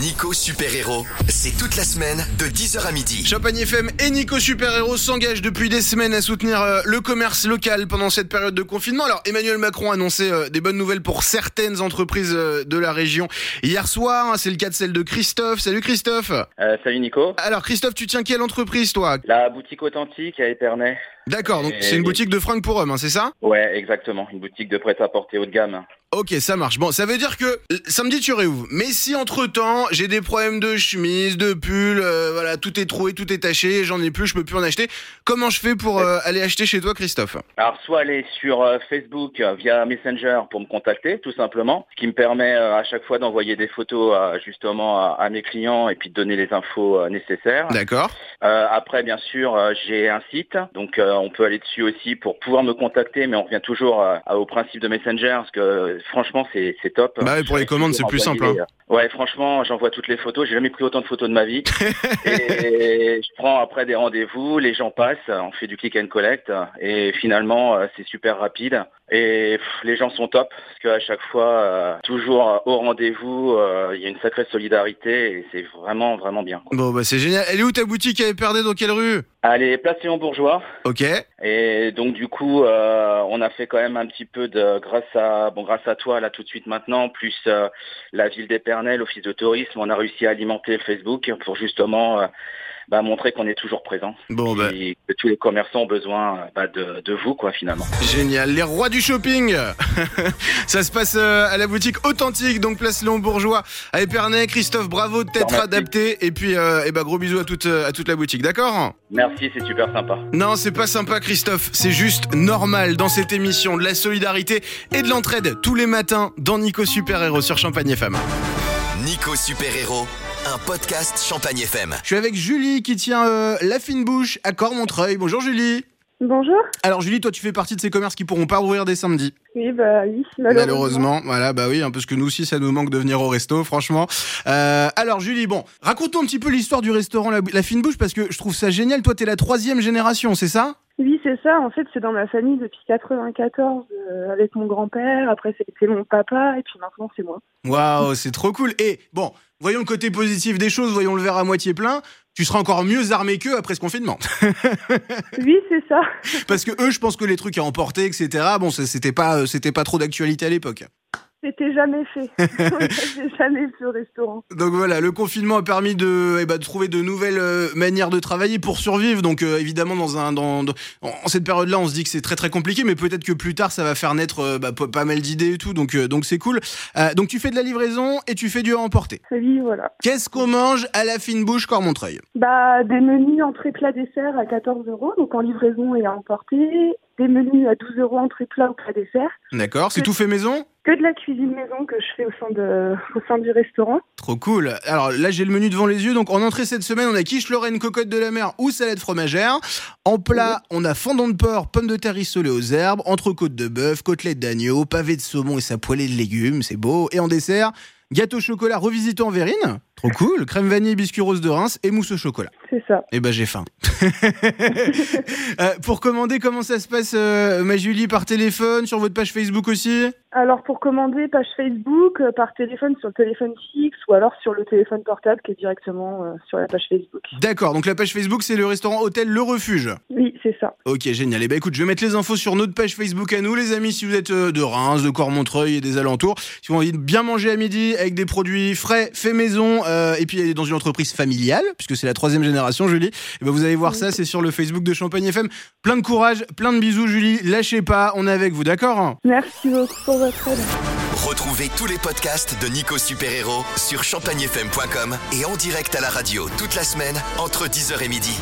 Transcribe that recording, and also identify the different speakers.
Speaker 1: Nico Super Héros, c'est toute la semaine de 10h à midi.
Speaker 2: Champagne FM et Nico Super Héros s'engagent depuis des semaines à soutenir euh, le commerce local pendant cette période de confinement. Alors Emmanuel Macron a annoncé euh, des bonnes nouvelles pour certaines entreprises euh, de la région hier soir. hein, c'est le cas de celle de Christophe. Salut Christophe.
Speaker 3: Euh, salut Nico.
Speaker 2: Alors Christophe, tu tiens quelle entreprise toi
Speaker 3: La boutique authentique à Épernay.
Speaker 2: D'accord, donc c'est une boutique de fringues pour hommes, hein, c'est ça
Speaker 3: Ouais, exactement. Une boutique de prêt-à-porter haut de gamme.
Speaker 2: Ok, ça marche. Bon, ça veut dire que euh, samedi tu réouvres. Mais si entre temps j'ai des problèmes de chemise, de pull, euh, voilà, tout est troué, tout est taché, j'en ai plus, je peux plus en acheter. Comment je fais pour euh, aller acheter chez toi, Christophe
Speaker 3: Alors, soit aller sur euh, Facebook euh, via Messenger pour me contacter, tout simplement, ce qui me permet euh, à chaque fois d'envoyer des photos euh, justement à, à mes clients et puis de donner les infos euh, nécessaires.
Speaker 2: D'accord.
Speaker 3: Euh, après, bien sûr, euh, j'ai un site, donc euh, on peut aller dessus aussi pour pouvoir me contacter, mais on revient toujours euh, au principe de Messenger, parce que euh, franchement, c'est c'est top.
Speaker 2: Bah ouais, pour les commandes, c'est plus simple, hein.
Speaker 3: euh, Ouais, franchement, j'envoie toutes les photos. J'ai jamais pris autant de photos de ma vie. et je prends après des rendez-vous, les gens passent, on fait du click and collect, et finalement, euh, c'est super rapide. Et pff, les gens sont top, parce qu'à chaque fois, euh, toujours au rendez-vous, euh, il y a une sacrée solidarité, et c'est vraiment, vraiment bien. quoi.
Speaker 2: Bon, bah c'est génial. Elle est où ta boutique Elle est perdue dans quelle rue
Speaker 3: Allez, place Léon Bourgeois.
Speaker 2: Ok.
Speaker 3: Et donc du coup, euh, on a fait quand même un petit peu de grâce à bon grâce à toi là tout de suite maintenant, plus euh, la ville d'Épernay, l'office de tourisme, on a réussi à alimenter Facebook pour justement euh, bah, montrer qu'on est toujours présent
Speaker 2: Bon, bah
Speaker 3: et que tous les commerçants ont besoin euh, bah, de, de vous quoi finalement.
Speaker 2: génial. Les rois du shopping. ça se passe euh, à la boutique authentique, donc place Léon Bourgeois à Épernay. Christophe, bravo de t'être
Speaker 3: Merci.
Speaker 2: adapté. Et puis, et bah gros bisous à toute, euh, à toute la boutique, d'accord
Speaker 3: Merci, c'est super sympa.
Speaker 2: Non, c'est pas sympa, Christophe. C'est juste normal dans cette émission de la solidarité et de l'entraide tous les matins dans Nico Super Héros sur Champagne FM.
Speaker 1: Nico Super Héros, un podcast Champagne FM.
Speaker 2: Je suis avec Julie qui tient euh, la fine bouche à Cormontreuil. Bonjour Julie.
Speaker 4: Bonjour.
Speaker 2: Alors Julie, toi tu fais partie de ces commerces qui pourront pas ouvrir dès samedi.
Speaker 4: Oui, bah oui, malheureusement.
Speaker 2: Malheureusement, voilà, bah oui, hein, parce que nous aussi ça nous manque de venir au resto, franchement. Euh, alors Julie, bon, raconte-nous un petit peu l'histoire du restaurant la, la fine bouche parce que je trouve ça génial. Toi t'es la troisième génération, c'est ça
Speaker 4: Oui, c'est ça. En fait, c'est dans ma famille depuis 94, euh, avec mon grand-père. Après, c'était mon papa, et puis maintenant, c'est moi.
Speaker 2: Waouh, c'est trop cool. Et bon, voyons le côté positif des choses, voyons le verre à moitié plein. Tu seras encore mieux armé qu'eux après ce confinement.
Speaker 4: Oui, c'est ça.
Speaker 2: Parce que eux, je pense que les trucs à emporter, etc., bon, ça, c'était pas, euh, c'était pas trop d'actualité à l'époque.
Speaker 4: C'était jamais fait. J'ai jamais vu au restaurant.
Speaker 2: Donc voilà, le confinement a permis de, eh ben, de trouver de nouvelles euh, manières de travailler pour survivre. Donc euh, évidemment, dans un, dans, dans- en en cette période-là, on se dit que c'est très très compliqué, mais peut-être que plus tard, ça va faire naître euh, bah, pas pas mal d'idées et tout. Donc euh, donc c'est cool. Euh, donc tu fais de la livraison et tu fais du à emporter.
Speaker 4: Oui, voilà.
Speaker 2: Qu'est-ce qu'on mange à la fine bouche Cormontreuil
Speaker 4: Bah, des menus entrée plat dessert à 14 euros, donc en livraison et à emporter. Des menus à 12 euros entrée plat ou plat dessert.
Speaker 2: D'accord, c'est tout fait maison
Speaker 4: Que de la cuisine maison que je fais au sein de, au sein du restaurant.
Speaker 2: Trop cool. Alors là, j'ai le menu devant les yeux. Donc en entrée cette semaine, on a quiche lorraine, cocotte de la mer ou salade fromagère. En plat, on a fendant de porc, pommes de terre rissolées aux herbes, entrecôte de bœuf, côtelette d'agneau, pavé de saumon et sa poêlée de légumes. C'est beau. Et en dessert, gâteau au chocolat revisité en verrine. Trop cool. Crème vanille, biscuit rose de Reims et mousse au chocolat.
Speaker 4: C'est ça.
Speaker 2: Eh ben j'ai faim. Euh, pour commander, comment ça se passe, euh, ma Julie, par téléphone, sur votre page Facebook aussi
Speaker 4: Alors pour commander, page Facebook, euh, par téléphone sur le téléphone fixe ou alors sur le téléphone portable qui est directement euh, sur la page Facebook.
Speaker 2: D'accord. Donc la page Facebook, c'est le restaurant Hôtel Le Refuge.
Speaker 4: Oui, c'est ça.
Speaker 2: Ok, génial. Et bah écoute, je vais mettre les infos sur notre page Facebook à nous, les amis, si vous êtes euh, de Reims, de Cormontreuil et des alentours. Si vous avez envie de bien manger à midi avec des produits frais, faits maison, euh, et puis aller dans une entreprise familiale, puisque c'est la troisième génération, Julie, et ben vous allez voir ça, c'est sur le Facebook de Champagne FM. Plein de courage, plein de bisous, Julie. Lâchez pas, on est avec vous, d'accord hein
Speaker 4: Merci beaucoup pour votre aide.
Speaker 1: Retrouvez tous les podcasts de Nico Super Héros sur champagnefm.com et en direct à la radio toute la semaine entre 10h et midi.